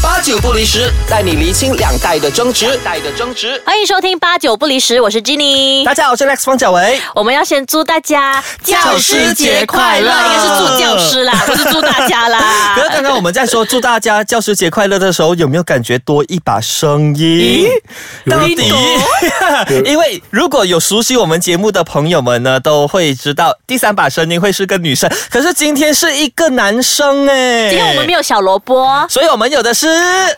八九不离十，带你厘清两代的争执。代的争执。欢迎收听八九不离十，我是 Jenny。大家好，我是 Lex 方小维。我们要先祝大家教师节快乐应该是祝教 师啦，不是祝大家啦可。是刚刚我们在说祝大家教师节快乐的时候，有没有感觉多一把声音？到底？ 因为如果有熟悉我们节目的朋友们呢，都会知道第三把声音会是个女生，可是今天是一个男生哎。今天我们没有小萝卜，所以我们有的是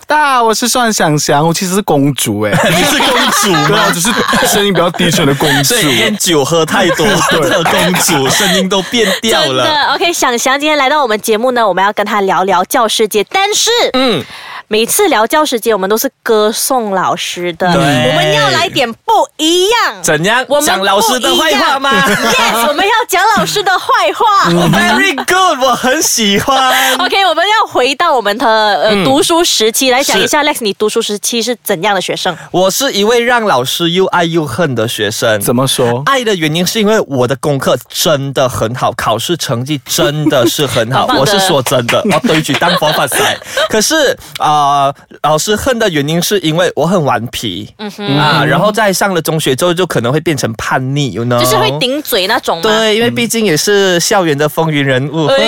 大家好，我是蒜想想，我其实是公主哎、 你是公主 对啊，我只是声音比较低沉的公 主所。以因为酒喝太 多，的公主声音都变掉真了。的 OK。想翔今天来到我们节目呢，我们要跟他聊聊教师节，但是嗯，每次聊教师节，我们都是歌颂老师的，对我们要来点不一样。怎样我？们讲老师的坏话 吗 嗯 yes，我们要讲老师的坏话。 ？Very good，我很喜欢。 OK，我们要回到我们的呃、嗯读书时期来讲一下，Lex，你读书时期是怎样的学生？我是一位让老师又爱又恨的学生。怎么说？哎爱的原因是因为我的功课真的很好，考试成绩真的是很好棒，棒的我是说真的，我对举当佛法 赛。可是啊、呃老师恨的原因是因为我很顽皮、嗯啊，然后在上了中学之后就可能会变成叛逆，you know，就是会顶嘴那种吗？对，因为毕竟也是校园的风云人物，哎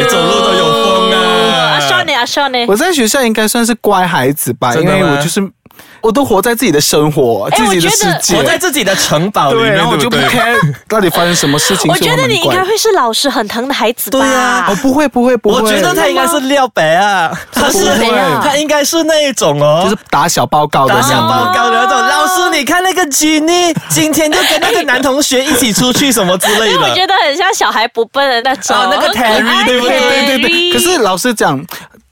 呦，走路都有风阿啊。少呢？阿少呢？我在学校应该算是乖孩子吧，真因的吗为我就是我都活在自己的生活、哎自己的我觉世得界，活在自己的城堡里对，面，然后我对就不不对 care 到底发生什么事情。我觉得你应该会，会是老师很疼的孩子吧？对啊我哦不会不会不会，我觉得他应该是廖北啊，他是不会他应该是那一种哦，就是打小报告的打那小种。报告的那种。老师，你看那个吉尼今天就跟那个男同学一起出去什么之类我觉的。得很像小孩不笨的那种。哦啊那个哎 Terry，对不对对对对，可是老师讲。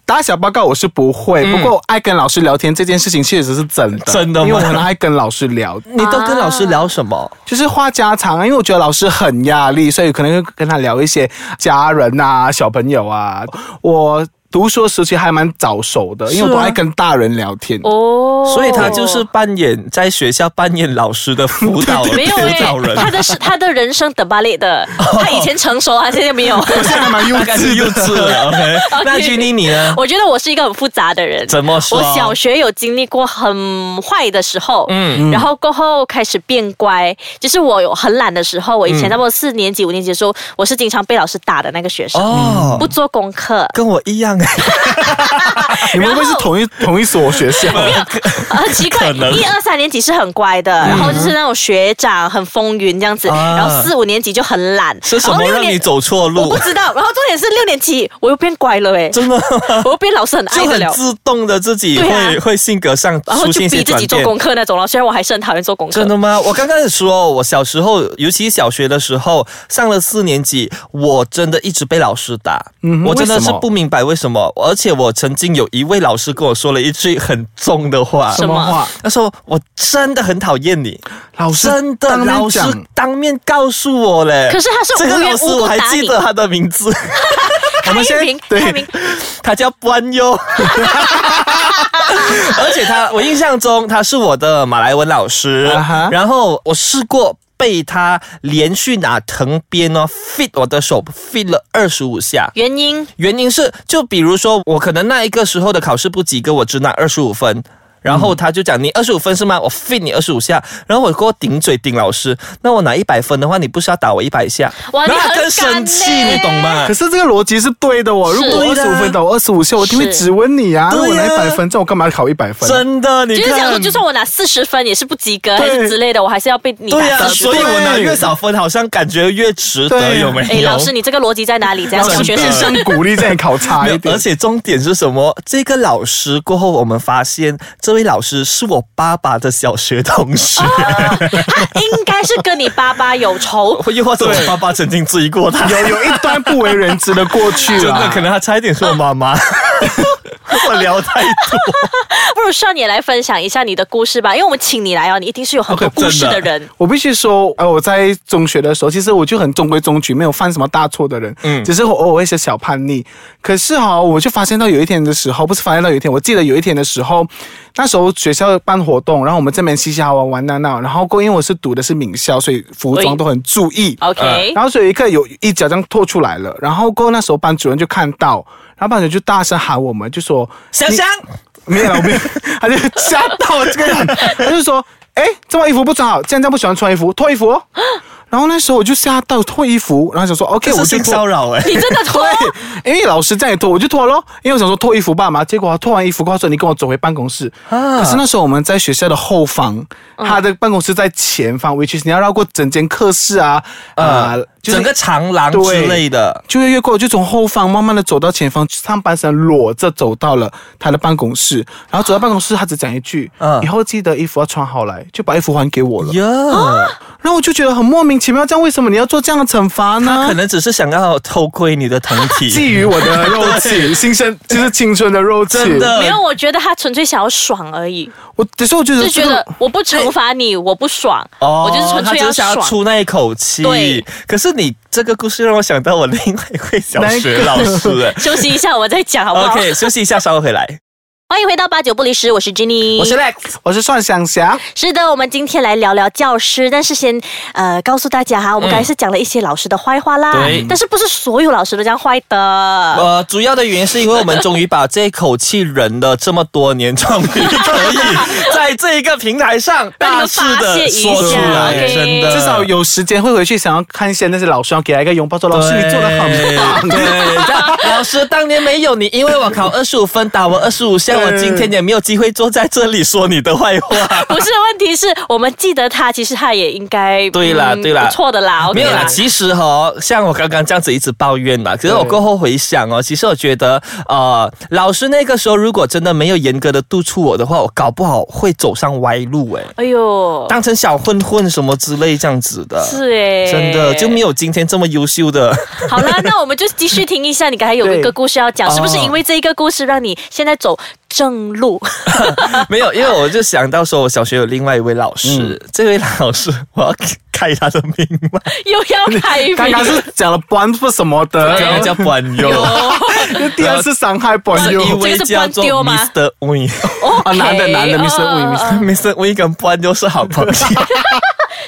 打小报告我是不会，不过爱跟老师聊天这件事情确实是真的，嗯真的吗因为我很爱跟老师聊，你都跟老师聊什啊么？就是话家常啊，因为我觉得老师很压力，所以可能会跟他聊一些家人啊、小朋友啊。我读书的时期还蛮早熟的，因为我是啊都爱跟大人聊天。哦，所以他就是扮演在学校扮演老师的辅导 没有辅哎、导人，他的是他的人生等巴类的，他以前成熟，他啊现在没有。 我现在还蛮幼大概是稚幼的，稚了。OK，那吉尼你呢？我觉得我是一个很复杂的人。怎么说？我小学有经历过很坏的时候，嗯，然后过后开始变乖。就是我有很懒的时候，我以嗯前差不多四年级、五年级的时候，我是经常被老师打的那个学生，哦嗯不做功 课，跟我一 样哎，你们会不会是同一同一所学校？很啊奇怪，能嗯一二三年级是很乖的，然后就是那种学长很风云这样子，啊然后四五年级就很懒，是什然么后六让年你走错哦我路不？知道，然后重点是六年级我又变乖了哎、 真的吗我又变老师很爱就的很了。自动的自己对啊会会性格上然后出就现一些逼自转己做变。功课那种了，虽然我还是很讨厌做功课真。的吗？我刚开始说，我小时候，尤其小学的时候，上了四年级，我真的一直被老师打。嗯哼我真的为是什么不明白为什么。而且我曾经有一位老师跟我说了一句很重的话，什么话？他说：“我真的很讨厌你。”老师真的，当面老师讲当面告诉我嘞。可是他是这个无缘老师，无故我还打记你得他的名字， 开明，对开明，他叫关优。 而且他，我印象中他是我的马来文老师啊哈然后我试过被他连续拿藤鞭哦 fit 我的手 fit 了二十五下。原因原因是，就比如说我可能那一个时候的考试不及格，我只拿二十五分。然后他就讲你二十五分是吗？我 fit 你二十五下，然后我给我顶嘴顶老师，那我拿一百分的话，你不是要打我一百下？哇那你他很更生敢气，呢你懂吗可？是这个逻辑是对的哦。是如果我对的二十啊五分打我二十五下，我一定会是质问你啊。对如啊果我拿一百分，这样我干嘛考一百分？真的，你就是看想说，就算我拿四十分也是不及格还是之类的，我还是要被你对打呀、分。所以我拿越少分，好像感觉越值得，对有没有？哎，老师，你这个逻辑在哪里？这样老小师学变生 相鼓励这样考差没有一点而。且重点是什么？这个老师过后，我们发现这位老师是我爸爸的小学同学，。啊他应该是跟你爸爸有仇又或者我爸爸曾经追过他。有有一段不为人知的过去真了的，，可能他差一点是我妈妈。 我聊太多，不如少也来分享一下你的故事吧，因为我们请你来哦，你一定是有很多 OK，故事真的的 人。我必须说，呃，我在中学的时候，其实我就很中规中矩，没有犯什么大错的人，嗯，只是我偶尔一些小叛逆。可是哈、我就发现到有一天的时候，不是发现到有一天，我记得有一天的时候，那时候学校办活动，然后我们这边嘻嘻哈哈玩玩闹闹，然后过因为我是读的是名校，所以服装喂都很注意， OK，、呃然后所以一个有一脚这样拖出来了，然后过后那时候班主任就看到，然后班主任就大声喊我们，就说香香，没有，没有，他就吓到了这个人，他就说：“哎，这套衣服不穿好，现在不喜欢穿衣服，脱衣服、哦。”然后那时候我就吓到脱衣服，然后想说：“OK，这我是性就脱骚。扰哎、你真的 脱？”因为老师在脱，我就脱咯。因为我想说脱衣服吧嘛，结果他脱完衣服，他说你跟我走回办公室。啊可是那时候我们在学校的后方，他的办公室在前方，which is 你要绕过整间课室啊，呃，就是整个长廊之对类的，就越越过，就从后方慢慢的走到前方，上半身裸着走到了他的办公室，然后走到办公室，他只讲一句：“嗯以后记得衣服要穿好来。”就把衣服还给我了。哟、然后我就觉得很莫名其妙，这样为什么你要做这样的惩罚他可呢？能只是想要偷窥 你的身觊体，觎我的肉体，新生就是青春的肉 体。真，的没有，我觉得他纯粹想要爽 而已，我只是我觉得就觉得我不惩罚你，我不爽，哦，我就是纯粹他只是想要爽。出那一口气。对，可是你这个故事让我想到我另外一位 小学老师 哎。休息一下，我再讲好不好 OK，休息一下，稍后回来。欢迎回到八九不离十，我是 Jenny，我是 Lex，我是蒜香侠，是的，我们今天来聊聊教师，但是先呃告诉大家哈，我们刚才是讲了一些老师的坏话啦，对但是不是所有老师都这样坏的。呃，主要的原因是因为我们终于把这口气忍了这么多年，终于 可以在这一个平台上让你大们肆发的泄一说出下来， ，OK 真的，至少有时间会回去想要看一些那些老师，然后给他一个拥抱，说老师你做的很棒。 对，这样老师当年没有你，因为我考二十五分，打我二十五下，对我今天也没有机会坐在这里说你的坏话。 不是，问题是我们记得他，其实他也应该嗯对啦对啦不错的啦，没有 OK 啦，其实哦，像我刚刚这样子一直抱怨嘛，可是我过后回想哦，其实我觉得，呃，老师那个时候如果真的没有严格的督促我的话，我搞不好会走上歪路诶，哎呦，当成小混混什么之类这样子的，是哎、真的就没有今天这么优秀的。 好啦，那我们就继续听一下，你刚才有一个故事要 讲，对是不是因为这一个故事让你现在走正路？ 没有，因为我就想到说，我小学有另外一位老师，这位老师我要开他的名吗？又要开一 刚刚是讲了 b o 什么的，刚刚叫管佑，啊 第二次伤害 b o 是一位叫做这个是 Buan Teo 吗 Mr. Win，啊哦，男的男的 OK， Mr. Wu，哦 Mr. 哦 Mr. Win 跟 Buan 又是好 朋友，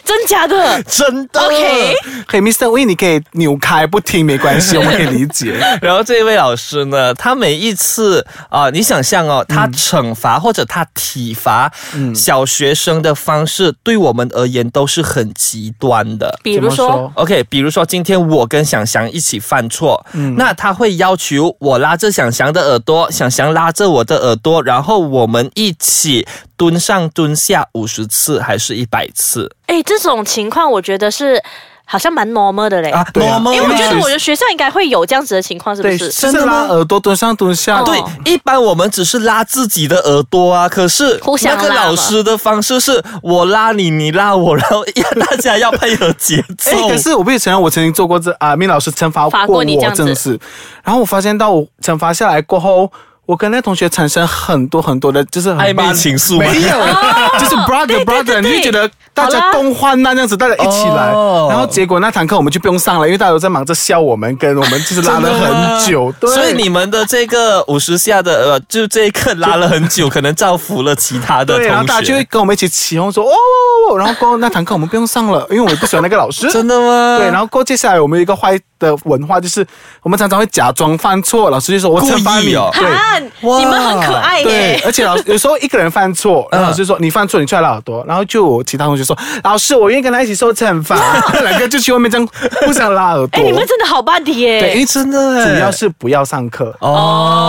真假的？真的。 OK 可以，Mr. Win，你可以扭开不听没关系，我们可以理解。然后这位老师呢，他每一次啊、你想象哦，嗯他惩罚或者他体罚小学生的方式，对我们而言都是很极端的。 比如怎么说说， OK，比如说今天我跟想翔一起犯错，嗯那他会要求我拉着想翔的耳朵，想翔拉着我的耳朵，然后我们一起蹲上蹲下五十次还是一百次哎，这种情况我觉得是好像蛮 normal 的嘞。啊？对啊 normal 哎因为我觉得吗我的学校应该会有这样子的情况，是不对，是？真的拉耳朵蹲上蹲下，对哦，一般我们只是拉自己的耳朵啊，可是互相那个拉老师的方式是我拉你，你拉我，然后要大家要配合节奏 哎，。可是我必须承认，我曾经做过这啊，命老师惩罚罚过过我，你这样子真的是。然后我发现到我惩罚下来过后，我跟那同学产生很多很多的，就是很暧昧慢情愫吗没有，就是 brother 哦对对 brother，你对就觉得大好啦家共患难这样子，大家一起来。哦然后结果那堂课我们就不用上了，因为大家都在忙着笑我们，跟我们就是拉了很久。对，所以你们的这个五十下的呃，就这一刻拉了很久，可能造福了其他的对，然后大同家就会学。跟我们一起起哄说哦哦，哦然后过后那堂课我们不用上了，因为我不喜欢那个老 师。真的啊吗？嗯对，然后过后接下来我们有一个坏的文化，就是我们常常会假装犯错，老师就说我惩罚故意你。哦啊，哇你们很可爱对对，耶！而且老有时候一个人犯错，嗯然后老师说你犯错，你踹了耳朵，然后就有其他同学说老师，我愿意跟他一起受惩 罚，两个就去外面这哦样互相拉耳朵哎，。你们哎真的好哦 b u 对，因耶！为哎，真的主哎要是不要上课。哦，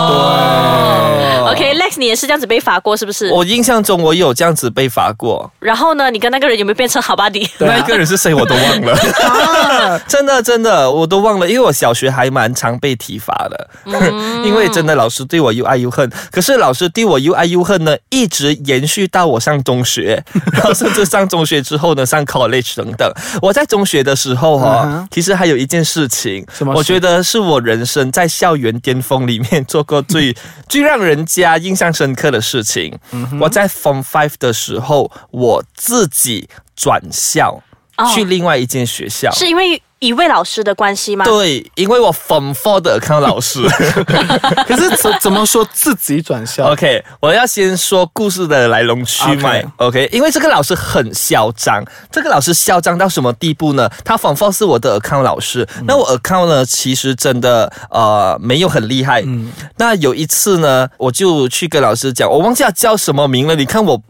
哦 OK，Lex，、你也是这样子被罚过是不是？我印象中我有这样子被罚过，然后呢，你跟那个人有没有变成好巴迪？啊那一个人是谁我都忘了， 真的真的我都忘了，因为我小学还蛮常被体罚的，嗯 因为真的老师对我又爱又恨，可是老师对我又爱又恨呢，一直延续到我上中学， 然后甚至上中学之后呢，上 college 等等。我在中学的时候哈、嗯哼其实还有一件事情什么，事我觉得是我人生在校园巅峰里面做过最 最让人家印象深刻的事情。嗯我在 Form Five 的时候，我自己转校、哦去另外一间学校。是因为一位老师的关系吗？对，因为我 Form Four 的 account 老 师。可是怎怎么说自己 转校？ OK，我要先说故事的来龙去脉。OK，, 因为这个老师很嚣张，这个老师嚣张到什么地步呢？他仿佛是我的 account 老师，嗯那我 account 呢，其实真的呃没有很厉害。嗯那有一次呢，我就去跟老师讲，我忘记他叫什么名了，你看我。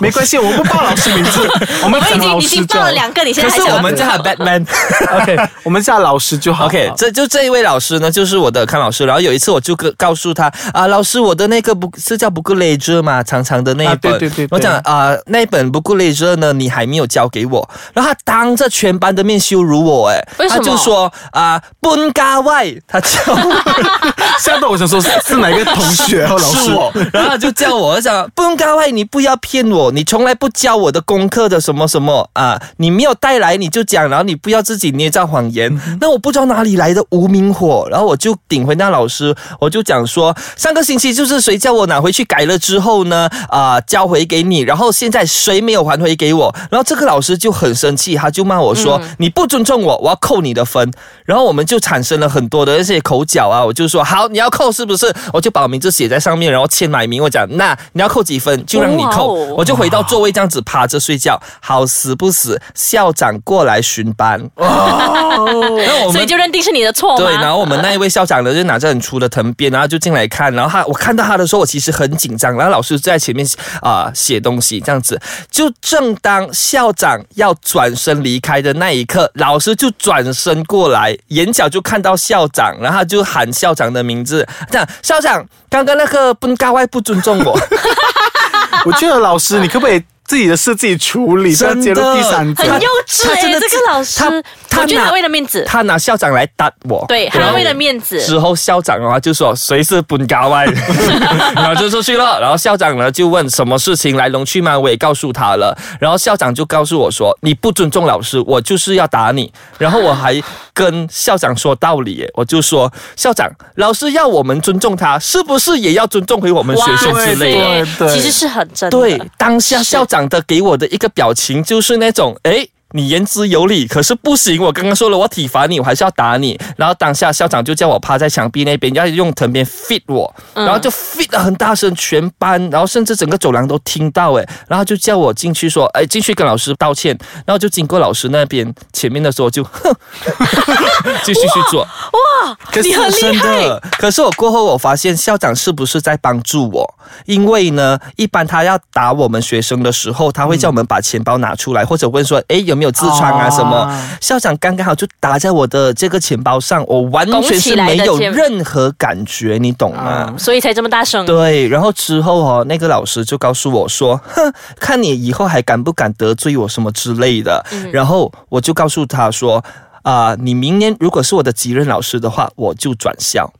没关系，我不报老师名 字，我我们们已讲经老已师经就报好。了两个，你现可在还是想我们叫他 Batman。 OK，我 们叫老师就好。 OK，这就这一位老师呢，就是我的康老师。然后有一次我就跟告诉他啊，老师，我的那个不是叫《不顾雷遮》嘛，长长的那一本。啊对对对对我讲啊，那本《不顾雷遮》呢，你还没有交给我。然后他当着全班的面羞辱我，哎，为什他么就说啊，本嘎外，他 叫我吓到我想说是是哪个同学和老师？是 我，然后他就叫我，我讲本嘎外，你不要骗我，你从来不教我的功课的什么什么啊，你没有带来你就讲，然后你不要自己捏造谎嗯言。那我不知道哪里来的无名火，然后我就顶回那老师，我就讲说上个星期就是谁叫我拿回去改了之后呢，啊、交回给你，然后现在谁没有还回给我，然后这个老师就很生气，他就骂我说、嗯你不尊重我，我要扣你的分。然后我们就产生了很多的那些口角啊，我就说好你要扣是不是？我就把我名字写在上面，然后签买名，我讲那你要扣几分就让你扣，哇哦我就回到座位这样子趴着睡觉，好死不死校长过来巡班，那我所们以就认定是你的错吗？对，然后我们那一位校长呢，就拿着很粗的藤鞭，然后就进来看，然后他我看到他的时候，我其实很紧张，然后老师在前面啊、写东西这样子，就正当校长要转身离开的那一刻，老师就转身过来，眼角就看到校长，然后他就喊校长的名字，这样校长刚刚那个笨嘎外不尊重 我。我觉得老师，你可不可以自己的事自己处理，不要真介的入第三者很？幼稚他他真哎、的这个老师，他他我觉得哪他为了面子，他拿校长来打我，对，然他后为了面子，之后校长的话就说谁是本嘎外，然后就出去了。然后校长呢就问什么事情来龙去脉，我也告诉他了。然后校长就告诉我说你不尊重老师，我就是要打你。然后我还跟校长说道理耶，我就说校长，老师要我们尊重他，是不是也要尊重回我们学生之类的？对塞对其实是很真的。对，当下校长的给我的一个表情就是那种，诶，你言之有理，可是不行。我刚刚说了，我体罚你，我还是要打你。然后当下校长就叫我趴在墙壁那边，要用藤鞭 fit 我，然后就 fit 得很大声，全班，然后甚至整个走廊都听到，诶，然后就叫我进去说，哎诶，进去跟老师道歉。然后就经过老师那边前面的时候就，哼， 继续去做。可你很厉害真的。可是我过后我发现校长是不是在帮助我？因为呢，一般他要打我们学生的时候，他会叫我们把钱包拿出来，或者问说，诶，有没有痔疮啊哦什么？校长刚刚好就打在我的这个钱包上，我完全是没有任何感觉，你懂吗？所以才这么大声。对，然后之后哦，那个老师就告诉我说：“哼，看你以后还敢不敢得罪我什么之类的。嗯然后我就告诉他说：“啊、你明年如果是我的级任老师的话，我就转校。”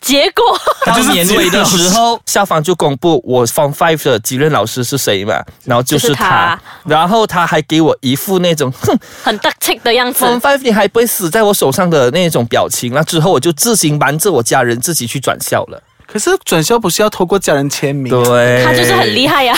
结果到年尾的时候，校方就公布我 Form Five 的几任老师是谁嘛，然后就是就是他他，然后他还给我一副那种哼很得戚的样子， Form Five 你还不会死在我手上的那种表情。那之后我就自行瞒着我家人自己去转校了。可是转校不是要透过家人签名？对，他就是很厉害呀、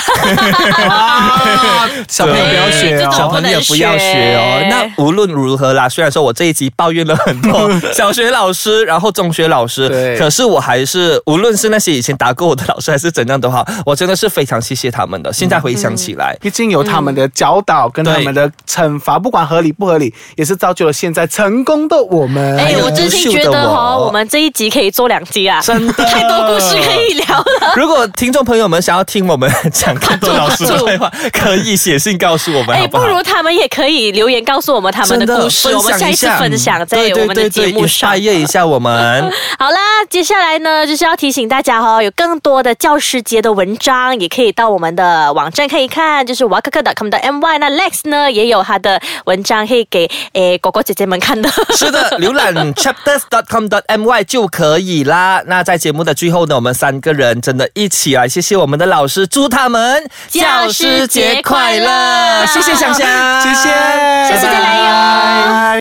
啊， 小朋友不要学对这小种哦。朋友不要学哦不。能学那无论如何啦，虽然说我这一集抱怨了很 多小学老师，然后中学老师，对可是我还是无论是那些以前打过我的老师还是怎样的话，我真的是非常谢谢他们的。现在回想起来，嗯毕竟有他们的教导跟对他们的惩罚，不管合理不合理，也是造就了现在成功的我们。哎、有我真心觉优秀得的哦，我我们这一集可以做两集啊，真的太多故事可以聊了。如果听众朋友们想要听我们讲更多老师的坏 话，可以写信告诉我们，哎，好不不好？如他们也可以留言告诉我们他们真故事，我们下一次分享在我们的节目上对对对对。也 inspire 一下我们。好啦，接下来呢，就是要提醒大家哦，有更多的教师节的文章，也可以到我们的网站看一看，就是 w a k a k c o m 的 my。那 Lex 呢，也有他的文章可以给诶狗狗姐姐们看的。是的，浏览 chapters.com.my 就可以啦。那在节目的最后呢，我们三个人真的一起来谢谢我们的老师，祝他们教师节快乐谢谢香香，谢谢，下次再来哟拜拜